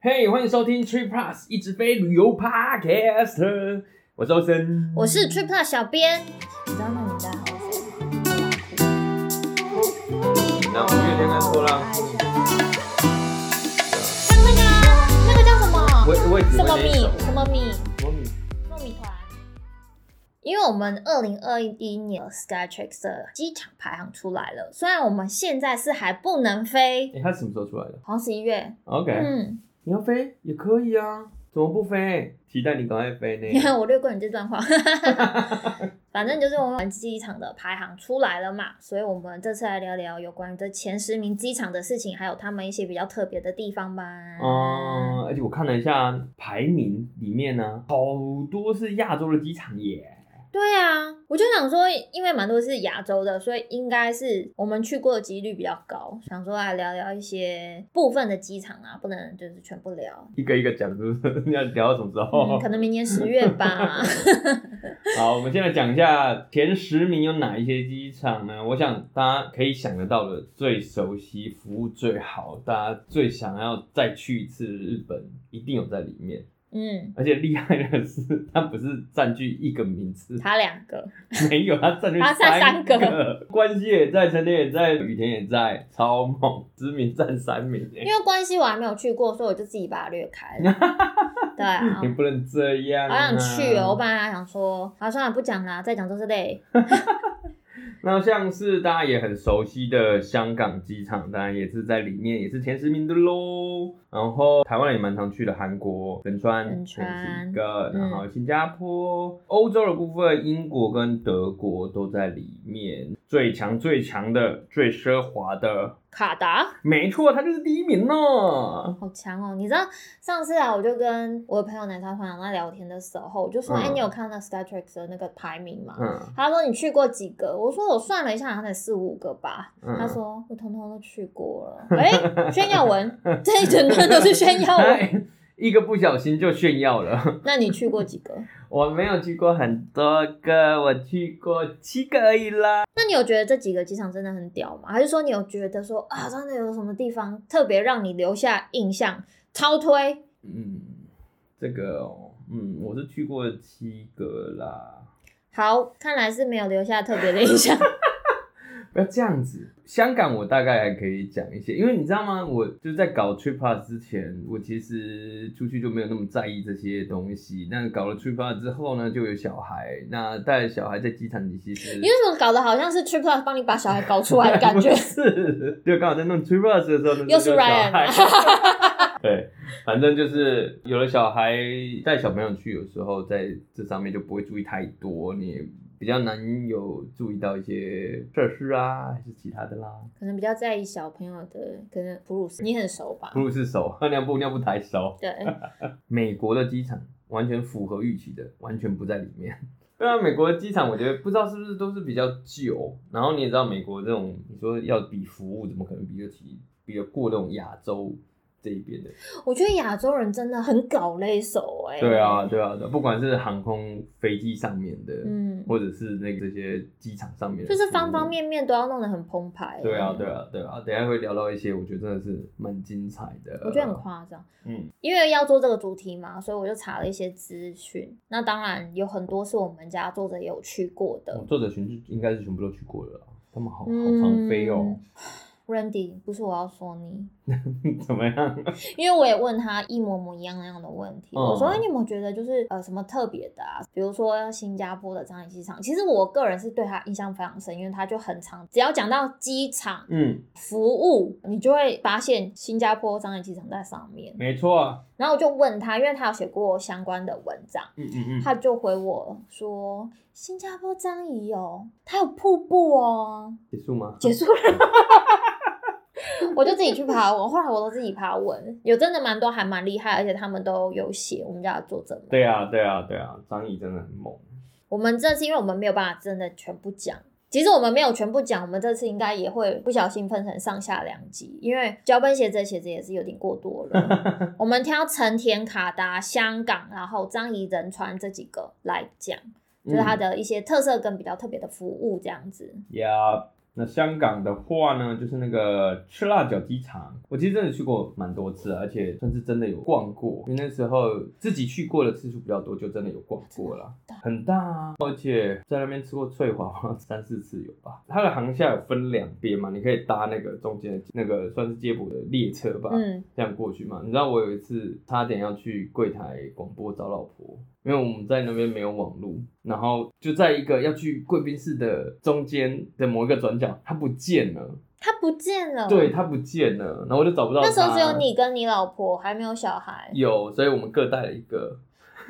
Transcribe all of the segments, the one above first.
嘿欢迎收听 Tree Plus 一直飞旅游 Podcast，我是欧森，我是 Trip Plus 小编。你知道那女在吼谁吗？那五月天跟波浪，像那个啊那个叫什么？我我也只什么会那米一首？什么米？什么米？糯米团。因为我们二零二一年 Skytrax 的机场排行出来了，虽然我们现在是还不能飞，哎，他什么时候出来的好像十一月。 ？OK，、嗯，你要飞也可以啊，怎么不飞？期待你赶快飞你 呢。看我略过你这段话。反正就是我们机场的排行出来了嘛，所以我们这次来聊聊有关于这前十名机场的事情，还有他们一些比较特别的地方吧。嗯，而且我看了一下排名里面呢、好多是亚洲的机场耶。对啊，我就想说，因为蛮多是亚洲的，所以应该是我们去过的几率比较高。想说来聊聊一些部分的机场啊，不能就是全部聊。一个一个讲，是不是 要聊到什么时候？嗯，可能明年十月吧。 好，我们现在讲一下前十名有哪一些机场呢？我想大家可以想得到的，最熟悉、服务最好，大家最想要再去一次的日本，一定有在里面。嗯，而且厉害的是，它不是占据一个名次，他两个， 没有，它占据它三占三个个。关西也在，陈列也在，雨田也在，超猛，知名占三名、因欸。为关系我还没有去过，所以我就自己把它略开了。对啊你。不能这样、好啊，想去哦！我本来还想说，好、算了，不讲啦，再讲都是累。那像是大家也很熟悉的香港机场，当然也是在里面，也是前十名的喽。然后台湾人也蛮常去的，韩国仁川仁川也是一个，嗯然后新加坡、欧洲的部分，英国跟德国都在里面。最强最强的、最奢华的，卡达没错，它就是第一名呢。好强哦！你知道上次啊，我就跟我的朋友奶茶团长在聊天的时候，我就说：“嗯哎、你有看到 Skytrax 的那个排名吗？”嗯他说你去过几个？我说我算了一下，好像得四五个吧。嗯，他说我通通都去过了。哎、炫耀文，这一整段都是炫耀文。哎 一个不小心就炫耀了。那你去过几个？我没有去过很多个，我去过七个而已啦。那你有觉得这几个机场真的很屌吗？还是说你有觉得说啊，真的有什么地方特别让你留下印象？超推，嗯，这个、哦，嗯，我是去过七个啦。好，看来是没有留下特别的印 象。不要这样子，香港我大概还可以讲一些，因为你知道吗？我就在搞 Trip Plus 之前，我其实出去就没有那么在意这些东西。那搞了 Trip Plus 之后呢，就有小孩，那带小孩在机场里其实你为什么搞得好像是 Trip Plus 帮你把小孩搞出来的感 觉不？是，就刚好在弄 Trip Plus 的时候，那又是就有小 Ryan 孩 对，反正就是有了小孩带小朋友去，有时候在这上面就不会注意太多，你也比较难有注意到一些设施啊，还是其他的啦。可能比较在意小朋友的，可能普鲁斯你很熟吧？哺乳是手，尿布尿布抬手。对，美国的机场完全符合预期的，完全不在里面。 对啊，美国的机场我觉得不知道是不是都是比较旧，然后你也知道美国这种，你说要比服务，怎么可能比得起比得过那种亚洲这一边的？我觉得亚洲人真的很搞勒手哎、对啊，，对啊，对啊不管是航空飞机上面的，嗯，或者是那个这些机场上面的，就是方方。面面都要弄得很澎湃、对啊，对，啊，对啊，等一下会聊到一些我觉得真的是蛮精彩的。我觉得很夸张。嗯，因为要做这个主题嘛，所以我就查了一些资讯。那当然有很多是我们家作者也有去过的。哦作者群应该是全部都去过了啦，他们好好嗯常飞哦。 Randy，不是我要说你，怎么样？因为我也问他一模模一样那样的问题，嗯我说哎你有没有觉得就是呃什么特别的啊？比如说新加坡的樟宜机场，其实我个人是对他印象非常深，因为他就很常，只要讲到机场嗯，服务，你就会发现新加坡樟宜机场在上面。没错。然后我就问他，因为他有写过相关的文章，嗯嗯他就回我说新加坡樟宜哦，它有瀑布哦。结束吗？结束了。我就自己去爬文，后来我都自己爬文，有真的蛮多还蛮厉害，而且他们都有写我们家的作者们。对啊，对啊，对啊，张译真的很猛。我们这次因为我们没有办法真的全部讲，其实我们没有全部讲，我们这次应该也会不小心分成上下两集，因为脚本写这写着也是有点过多 了。我们挑成田、卡达、香港，然后张仪、仁川这几个来讲，就是它嗯的一些特色跟比较特别的服务这样子。呀，那香港的话呢，就是那个赤辣椒机场，我其实真的去过蛮多次啊，而且算是真的有逛过，因为那时候自己去过的次数比较多，就真的有逛过了真的，很大啊，而且在那边吃过翠华好像三四次有吧。它的航厦有分两边嘛，你可以搭那个中间的那个算是接驳的列车吧，嗯，这样过去嘛。你知道我有一次差点要去柜台广播找老婆，因为我们在那边没有网络，然后就在一个要去贵宾室的中间的某一个转角，它不见了，他不见了。对，，它不见了，然后我就找不到它。那时候只有你跟你老婆，还没有小孩，有，所以我们各带了一个，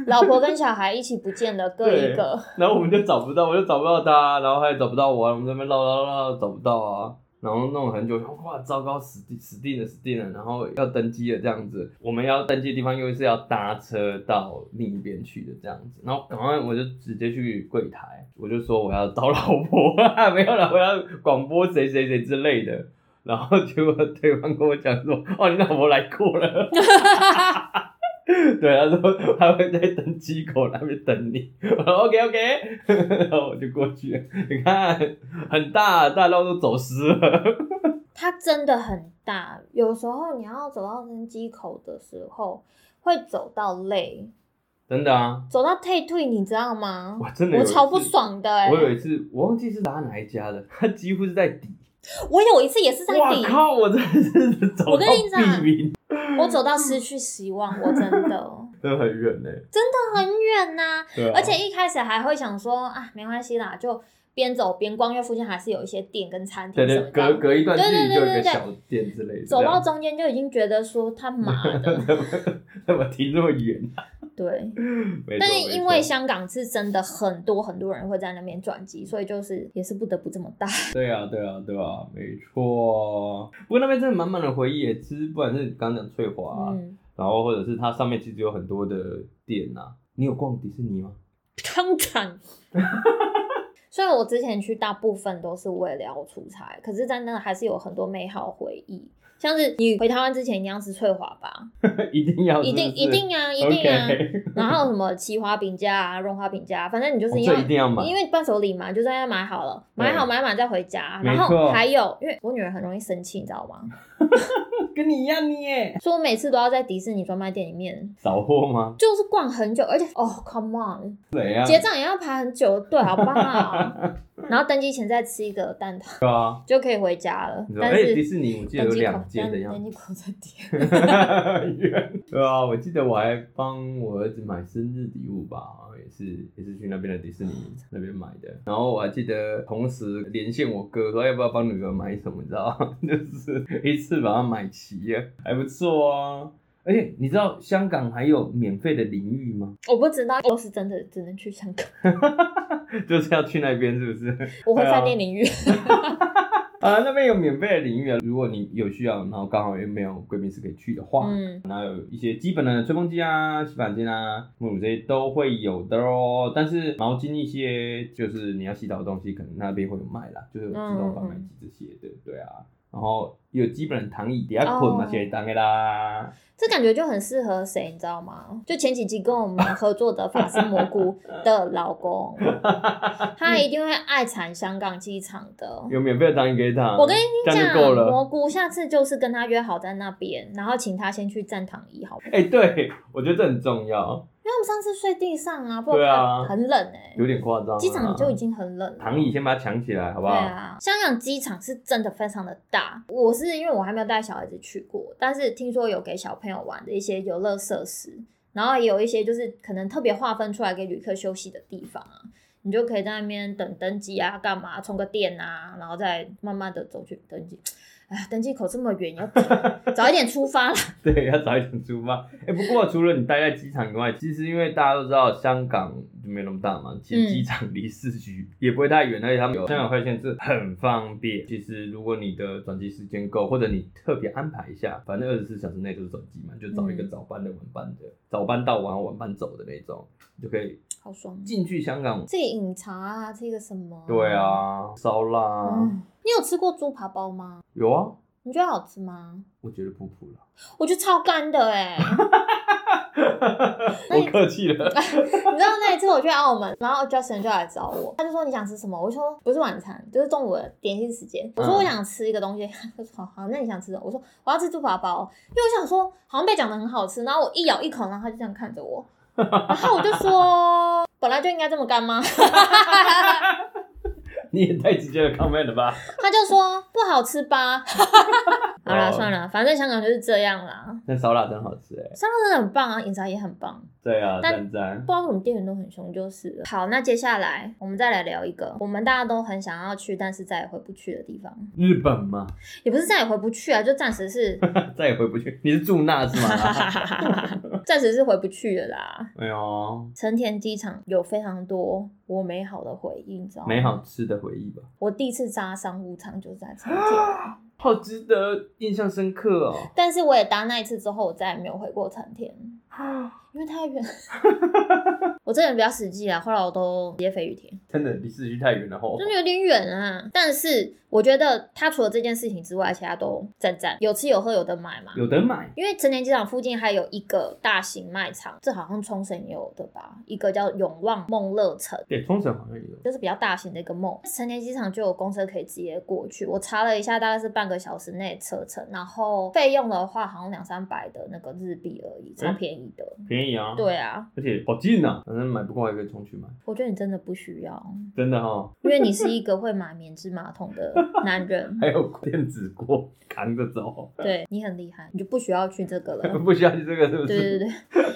老婆跟小孩一起不见了，各一个。 然后我们就找不到，我就找不到他，然后他也找不到我啊，我们在那边绕绕绕绕找不到啊，然后弄了很久，哇，糟糕，死定死定了死定了，然后要登机了这样子，我们要登机的地方又是要搭车到另一边去的这样子，然后赶快我就直接去柜台，我就说我要找老婆，没有啦，我要广播谁谁谁之类的。然后结果对方跟我讲说：“哦，你老婆来过了。” 对，他说他会在登机口那边等你。 我说 OK OK，然后我就过去了。你看，很大，大到都走失了。它真的很大，有时候你要走到登机口的时候，会走到累，真的啊，走到退退，你知道吗？我真的有我一次超不。爽的、欸。我有一次，我忘记是打哪一家的，他几乎是在底。我有一次也是在哇底，靠！我真的是 走到我跟你讲地名，我走到失去希望，我真的真的很远呢。很远呐、对啊，而且一开始还会想说啊，没关系啦，就边走边逛，因为附近还是有一些店跟餐厅对什对，么隔的。隔一段距离对对对就有个对对小店之类的。走到中间就已经觉得说他妈的， 怎么停这么远？对。没错但没是因错为香港是真的很多很多人会在那边转机，所以就是也是不得不这么大。对啊，对啊，对啊，没错。不过那边真的满满的回忆耶，其实不管是你刚刚讲翠华啊、嗯，然后或者是它上面其实有很多的店啊。你有逛迪士尼吗？当然。虽然我之前去大部分都是为了要出差，可是在那还是有很多美好回忆，像是你回台湾之前一定要吃翠华吧， 一定要一定哦是不是一定啊，一定啊 OK 然后什么奇华饼家啊、润滑饼家啊、反正你就是哦要、这一定要买因为伴手礼嘛，就在那买好了，买好对买满再回家。没然错后还有，因为我女儿很容易生气，你知 道吗？跟你一样你耶。所以我每次都要在迪士尼专卖店里面。扫货吗？啊就是逛很久，而且哦，come on，怎样？结账也要排很久的队，好不好？ 然后登机前再吃一个蛋挞，对啊。就可以回家了你。说但哎、是迪士尼我记得有登机口两间的登样子登。机口在点。很远 对啊，我记得我还帮我儿子买生日礼物吧，也是也是去那边的迪士尼那边买的。然后我还记得同时连线我哥说要不要帮女儿买什么，你知道吗？ 就是一次把它买齐呀，还不错啊。而且你知道香港还有免费的淋浴吗？ 我不知道，我是真的只能去香港，就是要去那边是不是？我会对啊饭店淋 浴。啊，那边有免费的淋浴啊，如果你有需要，然后刚好又没有贵宾室可以去的话，嗯，一些基本的吹风机啊、洗发精啊、沐浴乳这些都会有的哦。但是毛巾一些就是你要洗澡的东西，可能那边会有卖啦，就是有自动贩卖机这些的，对啊。然后有基本的躺椅，底下捆嘛，哦些当的啦。这感觉就很适合谁，你知道吗？就前几集跟我们合作的法式蘑菇 的老公，他一定会爱惨香港机场的。有免费的躺椅可以躺，我跟你这样讲，就够了。蘑菇下次就是跟他约好在那边，然后请他先去站躺椅，好不好？哎、对，我觉得这很重要，因为我们上次睡地上啊，不对然啊很很冷哎、有点夸张啊。机场就已经很冷了。躺椅先把它抢起来，好不对好？啊，香港机场是真的非常的大。我是因为我还没有带小孩子去过，但是听说有给小朋友玩的一些游乐设施，然后也有一些就是可能特别划分出来给旅客休息的地方啊，你就可以在那边等登机啊，干嘛充个电啊，然后再慢慢的走去登机。哎，登机口这么远，要 早一点出发啦。对，要早一点出发。哎、不过除了你待在机场以外，其实因为大家都知道香港就没那么大嘛，其实嗯机场离市区也不会太远，而且他们有香港快线是很方便。其实如果你的转机时间够，或者你特别安排一下，反正二十四小时内就是转机嘛，就找一个嗯早班的、晚班的，早班到晚晚班走的那种，就可以好爽，进去香港。这个饮茶啊，这个什么？对，啊，烧腊啊、嗯，你有吃过猪扒包吗？有啊，你觉得好吃吗？我觉得普普了。欸我觉得超干的哎、那你我客气了， 你知道那一次我去澳门，然后 Justin 就来找我，他就说你想吃什么？我就说不是晚餐，就是中午的点心时间。我嗯说我想吃一个东西， 他说好好，那你想吃什么？我说我要吃猪扒包，因为我想说好像被讲的很好吃，然后我一咬一口，然后他就这样看 着我，然后我就说本来就应该这么干吗？ 你也太直接了 comment 了吧？他就说不好吃吧。 好啦，哦算了，反正香港就是这样啦。那烧腊真好吃哎、香港真的很棒啊，饮茶也很棒。对啊，但赞赞不知道为什么店员都很凶，就是了好。那接下来我们再来聊一个我们大家都很想要去，但是再也回不去的地方，日本嘛，也不是再也回不去啊，就暂时是， 再也回不去。你是住那是吗？暂时是回不去的啦。哎呦，成田机场有非常多我美好的回忆，你知道吗？美好吃的回忆吧，我第一次搭商务舱就是在成田，好值得印象深刻哦。但是我也搭那一次之后，我再也没有回过成田，因为太远。 我这个人比较实际啊，后来我都直接飞羽田。真的离市区太远了吼真。的有点远啊。但是我觉得他除了这件事情之外，其他都赞赞，有吃有喝有得买嘛。有得买，因为成田机场附近还有一个大型卖场，这好像冲绳也有的吧？一个叫永旺梦乐城。对，冲绳好像有。就是比较大型的一个梦，成田机场就有公车可以直接过去。我查了一下，大概是半个小时内的车程，然后费用的话好像两三百的那个日币而已，超嗯便宜的。便宜啊，，对啊，而且好近啊，反正买不过还可以冲去买，我觉得你真的不需要，真的哈。因为你是一个会买棉质马桶的男人。还有电子锅扛着 走，对你很厉害，你就不需要去这个了。不需要去这个是不是？对对对， 对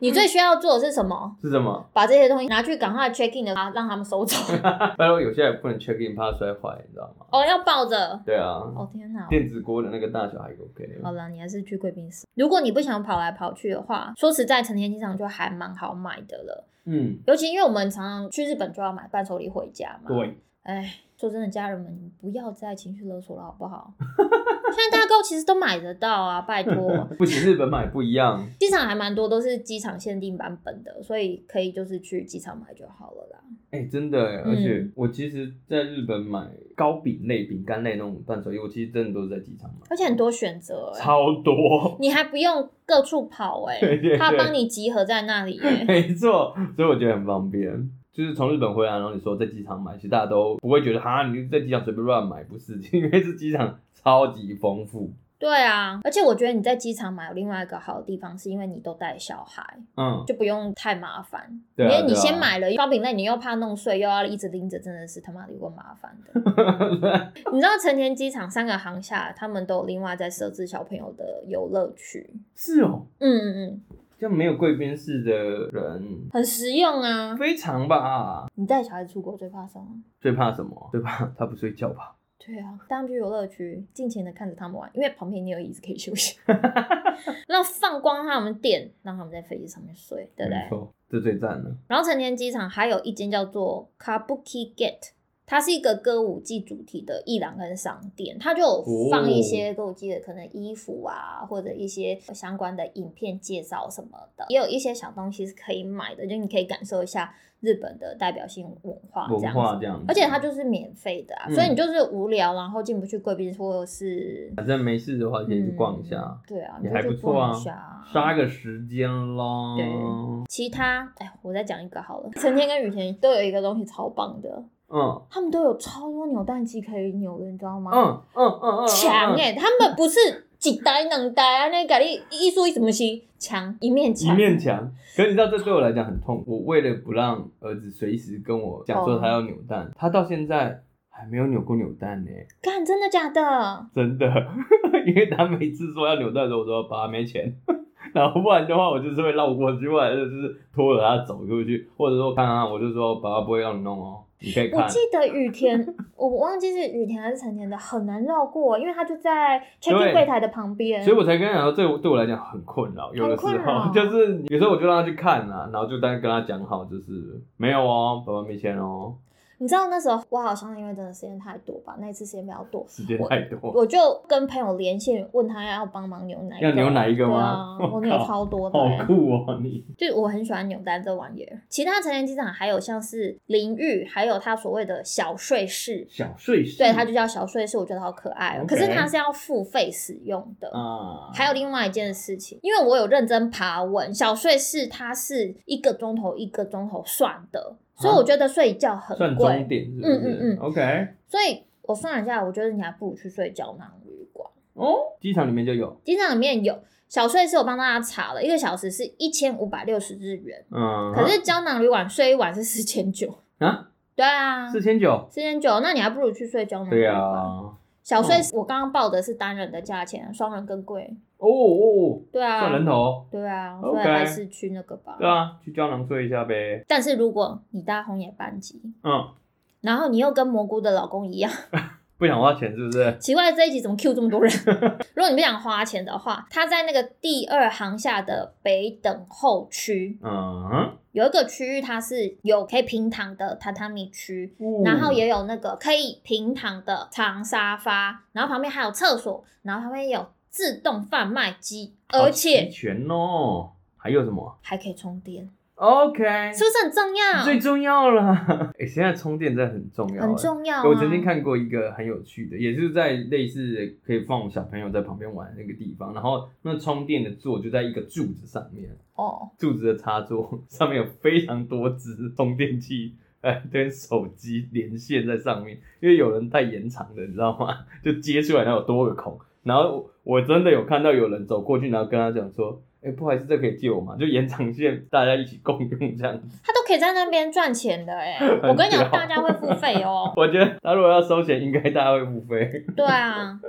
你最需要做的是什么？是什么？把这些东西拿去赶快 check in 的，啊让他们收走。 不然有些人不能 check in，怕摔坏，你知道吗？哦，要抱着。对啊，哦天哪！电子锅的那个大小还 OK。好了，你还是去贵宾室。如果你不想跑来跑去的话，说实在，成田机场就还蛮好买的了。嗯，尤其因为我们常常去日本就要买伴手礼回家嘛。。对，哎，说真的，家人们，你们不要再情绪勒索了，好不好？ 现在大购其实都买得到啊，拜托。不仅日本买不一样，机场还蛮多都是机场限定版本的，所以可以就是去机场买就好了啦。哎、真的耶，而且嗯我其实在日本买糕饼类、饼干类那种伴手礼，我其实真的都是在机场买，而且很多选择、欸，超多， 你还不用各处跑哎、对对对他帮你集合在那 里、欸。没错，所以我觉得很方便。就是从日本回来，然后你说在机场买，其实大家都不会觉得哈，你在机场随便乱买，不是， 因为是机场超级丰富。对啊，而且我觉得你在机场买有另外一个好的地方，是因为你都带小孩，嗯， 就不用太麻烦。对啊因为你对啊先买了糕饼类，你又怕弄碎，又要一直拎着，真的是他妈的有够麻烦的。 你知道成田机场三个航厦，他们都有另外在设置小朋友的游乐区。是哦，嗯嗯嗯，这样没有贵宾室的人很实用啊。非常吧。你带小孩出国最啊怕什么？最怕什么？最怕他不睡觉吧？对啊，带他们去游乐区，尽情的看着他们玩，因为旁边你有椅子可以休 息，让放光他们电，让他们在飞机上面睡，对不没对？错，这最赞了。然后成田机场还有一间叫做 Kabuki Gate。它是一个歌舞伎主题的艺廊跟商店，它就有放一些哦歌舞伎的可能衣服啊，或者一些相关的影片介绍什么的，也有一些小东西是可以买的，就你可以感受一下日本的代表性文化啊这文样化子。这样子，而且它就是免费的啊，嗯所以你就是无聊，然后进不去贵宾室或者是反正没事的话，先去逛一下，对啊，也你还就不去错啊逛一下啊，杀个哦时间咯。对其他，哎，我再讲一个好了。成天跟雨田都有一个东西超棒的，嗯他们都有超多扭蛋机可以扭的，你知道吗？嗯嗯嗯嗯，嗯强嗯哎、他们不是几代能代啊，那个你艺术什么西强一面一墙，面墙，可是你知道这对我来讲很痛。我为了不让儿子随时跟我讲说他要扭蛋，他到现在还没有扭过扭蛋呢、干真的假的？ 真的。 因为他每次说要扭蛋的时候，我说爸没钱，然后不然的话我就是会绕过去，或者就是拖着他走过去，或者说看啊，我就说爸爸不会让你弄哦，你可以我看记。得雨田， 我忘记是雨田还是成田的，很难绕过，因为它就在 check in 对柜台的旁边。所以我才跟他讲说，这对我来讲很困扰。有的时嗯很困扰候 就是啊有时候我就让他去看啦、然后就大概跟他讲好，就是没有哦，爸爸没钱哦，你知道那时候我好像因为真的时间太多吧，那一次时间比较多，时间太多，我就跟朋友连线问他要帮忙扭哪一个，哦 要扭哪一个对吗啊， 我我扭靠超多的、欸，好酷哦！你就我很喜欢扭蛋这玩意儿。其他成年机场还有像是淋浴，还有它所谓的小睡室，小睡室，对，它就叫小睡室，我觉得好可爱、嗯哦。OK 可是它是要付费使用的。啊，还有另外一件事情，因为我有认真爬文，小睡室它是一个钟头一个钟头算的，所以我觉得睡觉很啊算终贵。点是不是？嗯嗯嗯 OK，所以我算了一下，我觉得你还不如去睡胶囊旅馆。哦，机场里面就有，机场里面有小睡室，我帮大家查了，一个小时是一千五百六十日元，嗯，可是胶囊旅馆睡一晚是四千九。啊，对啊，四千九，四千九，那你还不如去睡胶囊旅对馆。呀，哦小睡我刚刚报的是单人的价钱，双人更贵。哦，对啊，算人头，对啊， OK 所以还是去那个吧。对啊，去胶囊睡一下呗，但是如果你搭红眼班机，嗯，然后你又跟蘑菇的老公一样， 不想花钱是不是？奇怪这一集怎么 Q 这么多人？ 如果你不想花钱的话，它在那个第二航厦的北等候区嗯，有一个区域，它是有可以平躺的榻榻米区，然嗯后也有那个可以平躺的长沙发，然后旁边还有厕所，然后旁边也有自动贩卖机，好而齐且全哦，还有什么还可以充电， ？OK，是不是很重最要？重要了， 哎、现在充电真的很重要，很重要、啊。我曾经看过一个很有趣的，也是在类似可以放小朋友在旁边玩的那个地方，然后那充电的座就在一个柱子上面，哦，柱子的插座上面有非常多只充电器， 哎，跟手机连线在上面，因为有人太延长了，你知道吗？ 就接出来它有多个孔，然后我我真的有看到有人走过去，然后跟他讲说。哎、不好意思，这可以借我吗？就延长线，大家一起共用这样子。他都可以在那边赚钱的 哎、屌我跟你讲，大家会付费 哦。 我觉得他如果要收钱，应该大家会付费。对啊，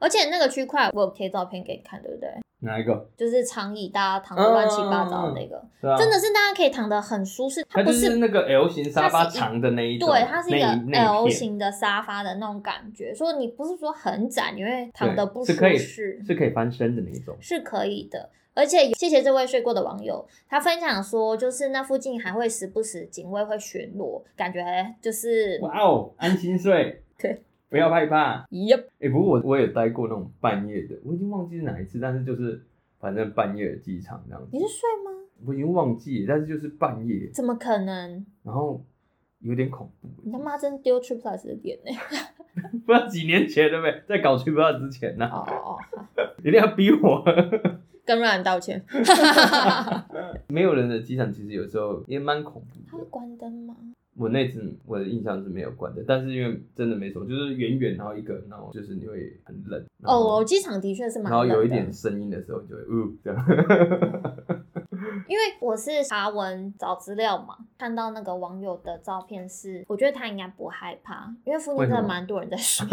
而且那个区块我有贴照片给你看，对不对？ 哪一个？就是长椅，大家躺的乱七八糟的那个，对啊真的是大家可以躺的很舒适，它它就不是是那个 L 型沙它发是一长的那一种，对，它是一个那那一片 L 型的沙发的那种感觉，所以你不是说很窄，你会躺的不舒是可以适，是可以翻身的那一种。是可以的。而且谢谢这位睡过的网友，他分享说，就是那附近还会时不时警卫会巡逻，感觉就是，哇哦，安心睡， 对，不要害怕。咦，哎、不过我我也待过那种半夜的，我已经忘记是哪一次，但是就是反正半夜的机场这样子你，是睡吗？我已经忘记，但是就是半夜，怎么可能？然后有点恐怖。你他妈真丢 Triplets 的脸呢、 不知道几年前对不对？在搞吹不知道之前呢、哦哦哦，一定要逼我。 跟软软道歉。没有人的机场其实有时候也蛮恐怖的。他会关灯吗？我那次我的印象是没有关的，但是因为真的没什么，就是远远然后一个，然后就是你会很冷，然后哦，，机场的确是蛮然后冷的有一点声音的时候，你就会呜、这样。 因为我是查文找资料嘛，看到那个网友的照片是，我觉得他应该不害怕，因为附近真为什的么蛮多人 在睡。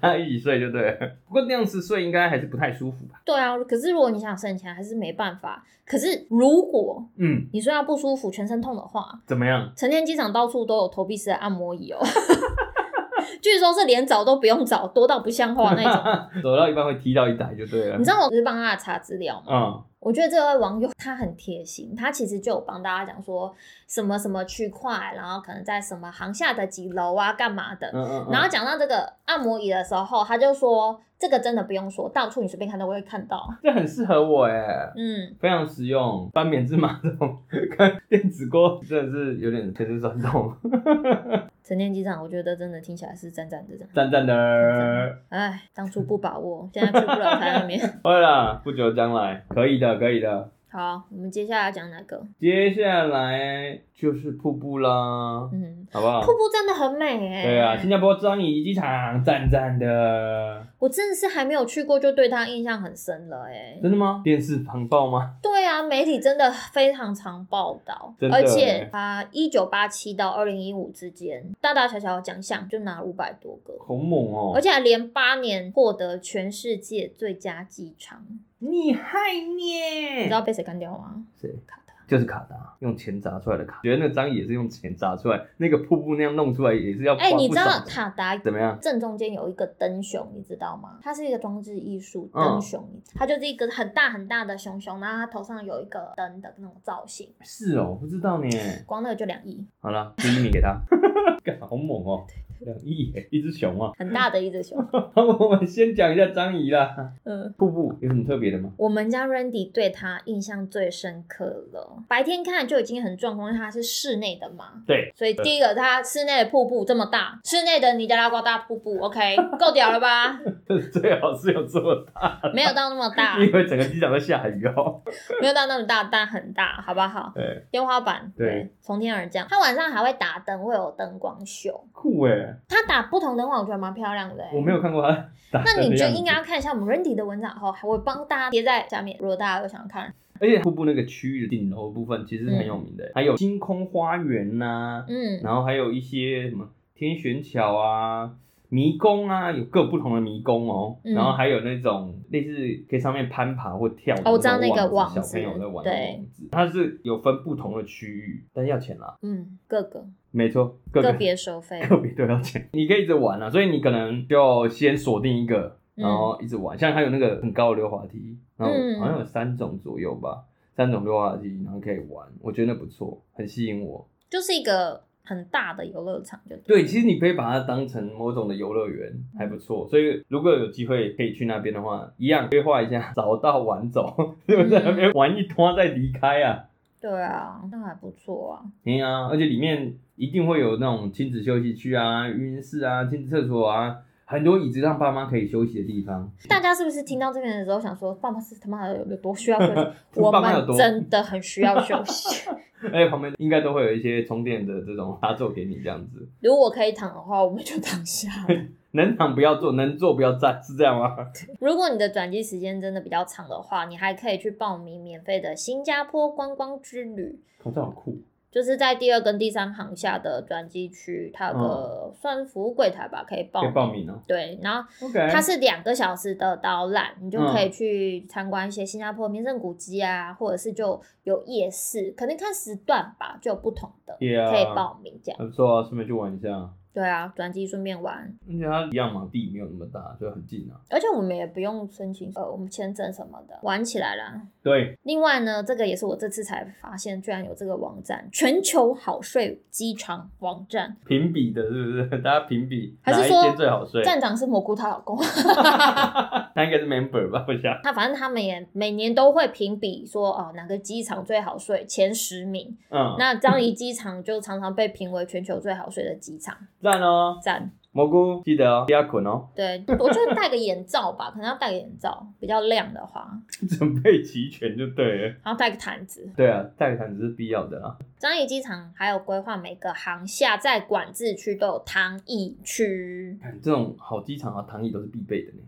他一起睡就对了，不过那样子睡应该还是不太舒服吧？对啊，可是如果你想省钱，还是没办法。可是如果嗯，你睡到不舒服、全身痛的话，怎么样？成田机场到处都有投币式的按摩 椅哦。 据说是连找都不用找，多到不像哦话那 种。走到一半会踢到一台就对了。你知道我不是帮他查资料吗？嗯，我觉得这位网友他很贴心，他其实就有帮大家讲说什么什么区块，然后可能在什么航下的几楼啊，干嘛的。嗯嗯嗯，然后讲到这个按摩椅的时候，他就说这个真的不用说，到处你随便看都会看 到。嗯这很适合我哎，嗯，非常实用，翻免治马桶 跟电子锅真的是有点全身酸痛，成田机场我觉得真的听起来是赞赞的这样。赞赞的。哎，当初不把握，现在去不 了台那边。会啦，不久将来，可以的，可以的。好，我们接下来讲哪个？接下来就是瀑布啦，嗯，好不好瀑？布真的很美哎、对啊，新加坡樟宜机场，赞赞的。我真的是还没有去过，就对它印象很深了哎、真的吗？电视旁报吗？对啊，媒体真的非常常报道真，的欸而且啊，一九八七到二零一五之间，大大小小的奖项就拿五百多个，好猛哦、而且还连八年获得全世界最佳机场。厉害你呢知道被谁干掉吗？谁？卡塔。就是卡达，用钱砸出来的卡。觉得那个章也是用钱砸出来，那个瀑布那样弄出来也是要花哎、你不知少道钱卡达怎么样？正中间有一个灯熊，你知道吗？它是一个装置艺术嗯灯熊，它就是一个很大很大的熊熊，然后它头上有一个灯的那种造型，是哦，我不知道呢。光那个就两亿，好了，第一名给他， 干好猛哦，两亿耶，一只熊啊。很大的一只熊。 好，我们先讲一下张仪啦。嗯，瀑布有什么特别的吗？我们家 Randy 对它印象最深刻了。白天看就已经很壮观，因为它是室内的嘛。对，所以第一个，它室内的瀑布这么大，室内的尼加拉瓜大瀑布，OK，够屌了吧？ 最好是有这么大，没有到那么大，因为整个机场都下雨哦。没有到那么大，但很大，好不好？ 对，天花板，对，从天而降。它晚上还会打灯，会有灯光秀。酷哎，它打不同灯光，我觉得蛮漂亮的、欸。我没有。看过他打那灯你的就样子应该要看一下我们 Randy 的文章，好，我帮大家贴在下面。如果大家有想看，而且瀑布那个区域的顶楼部分其实是很有名的，还有星空花园呐、嗯，然后还有一些什么天悬桥啊、迷宫啊，有各不同的迷宫哦，嗯然后还有那种类似可以上面攀爬或跳的哦我知道那个种网网子子，小朋友在玩的对网子，它是有分不同的区域，但要钱啦，嗯，各个没错，各个个别收费， 个别都要钱，你可以一直玩啊，所以你可能就先锁定一个，嗯然后一直玩。像它有那个很高的溜滑梯，然后嗯好像有三种左右吧，三种溜滑梯，然后可以玩，我觉得那不错，很吸引我。就是一个很大的游乐场就对。对，其实你可以把它当成某种的游乐园，还不错。所以如果有机会可以去那边的话，一样规划一下， 早到晚走， 就在那边玩一通再离开啊。对啊，那还不错啊。对啊，而且里面一定会有那种亲子休息区啊、育婴室啊、亲子厕所啊，很多椅子让爸妈可以休息的地方。 大家是不是听到这边的时候想说，爸妈是他妈的有有多需要休 息？我爸妈有们多真的很需要休息。 而且哎旁边应该都会有一些充电的这种插座给你，这样子 如果可以躺的话，我们就躺下了。能躺不要坐，能坐不要站，是这样吗？如果你的转机时间真的比较长的话，你还可以去报名免费的新加坡观光之旅， 口罩好酷，就是在第二跟第三航下的转机区，它有个算是服务柜台吧，可以报嗯可以名。报名哦。对，然后 OK，它是两个小时的导览，你就嗯可以去参观一些新加坡名胜古迹啊，或者是就有夜市，可能看时段吧，就有不同的 Yeah 可以报名这样。还不错啊，顺便去玩一下。对啊，转机顺便玩，而且它一样嘛，地没有那么大，所以很近啊。而且我们也不用申请呃我们签证什么的，玩起来啦。对，另外呢，这个也是我这次才发现，居然有这个网站——全球好睡机场网站。评比的是不是？ 大家评比还哪是一说间最好睡？站长是蘑菇她老公， 那应该是 member 吧，我想。他反正他们也每年都会评比说哦哪个机场最好睡前十名。嗯，那樟宜机场就常常被评为全球最好睡的机场，赞哦，赞。蘑菇记得哦，不要捆哦，对，我觉得戴个眼罩吧，可能要戴个眼罩，比较亮的话， 准备齐全就对了。然后带个毯子。对啊，带个毯子是必要的啊啦。樟宜机场还有规划每个航厦在管制区都有躺椅区。看这种好机场啊，躺椅都是必备的呢。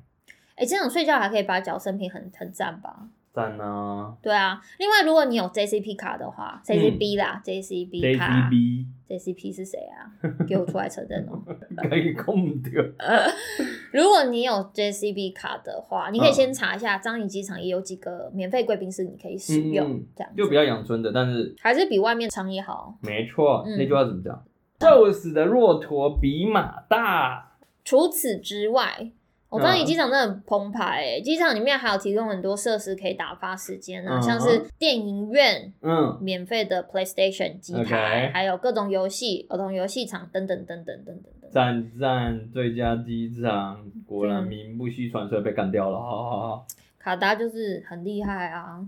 哎、这种睡觉还可以把脚伸平很，很赞吧？赞啊对啊，另外如果你有 JCP 卡的话，JCB 啦、j c b 卡，JCB ，JCP 是谁 啊？给我出来承认哦、可以控掉。 如果你有 JCB 卡的话，你可以嗯先查一下樟宜机场也有几个免费贵宾室，你可以使用，嗯嗯这样子就比较养尊的，但是还是比外面长宜好。没错，嗯那句话怎么讲？瘦死的骆驼比马大。除此之外，我嗯樟宜机场真的很澎湃、欸，机场里面还有提供很多设施可以打发时间啊，嗯像是电影院、嗯，免费的 PlayStation 机台 OK 还有各种游戏、儿童游戏场等等等等等等等。 赞赞最佳机长，果然嗯名不虚传，所以被干掉了。好好 好卡达就是很厉害 啊！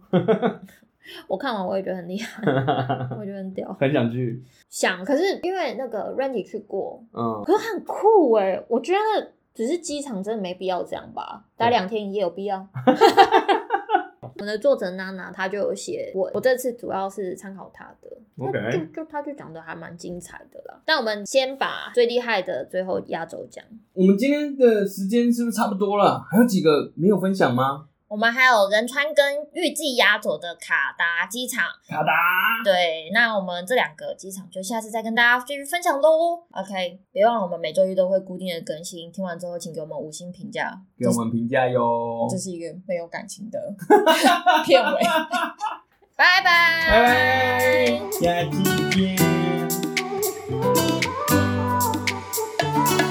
我看完我也觉得很厉害，好，我觉得很屌。很想去。想，可是因为那个 Randy 去过，嗯，可是很酷哎、我觉得只是机场真的没必要这样吧，待对两天一夜有 必要。我们的作者娜娜，她就有写我，我这次主要是参考她的 OK 那就就她就讲的还蛮精彩的啦。但我们先把最厉害的最后压轴讲。我们今天的时间是不是差不多了？还有几个没有分享吗？我们还有仁川跟预计压轴的卡达机场，卡达，对，那我们这两个机场就下次再跟大家继续分享喽。OK，别忘了我们每周一都会固定的更新，听完之后请给我们五星评价，给我们评价哟 这。是一个没有感情的片尾。拜拜，拜拜。下期见。 Thank you.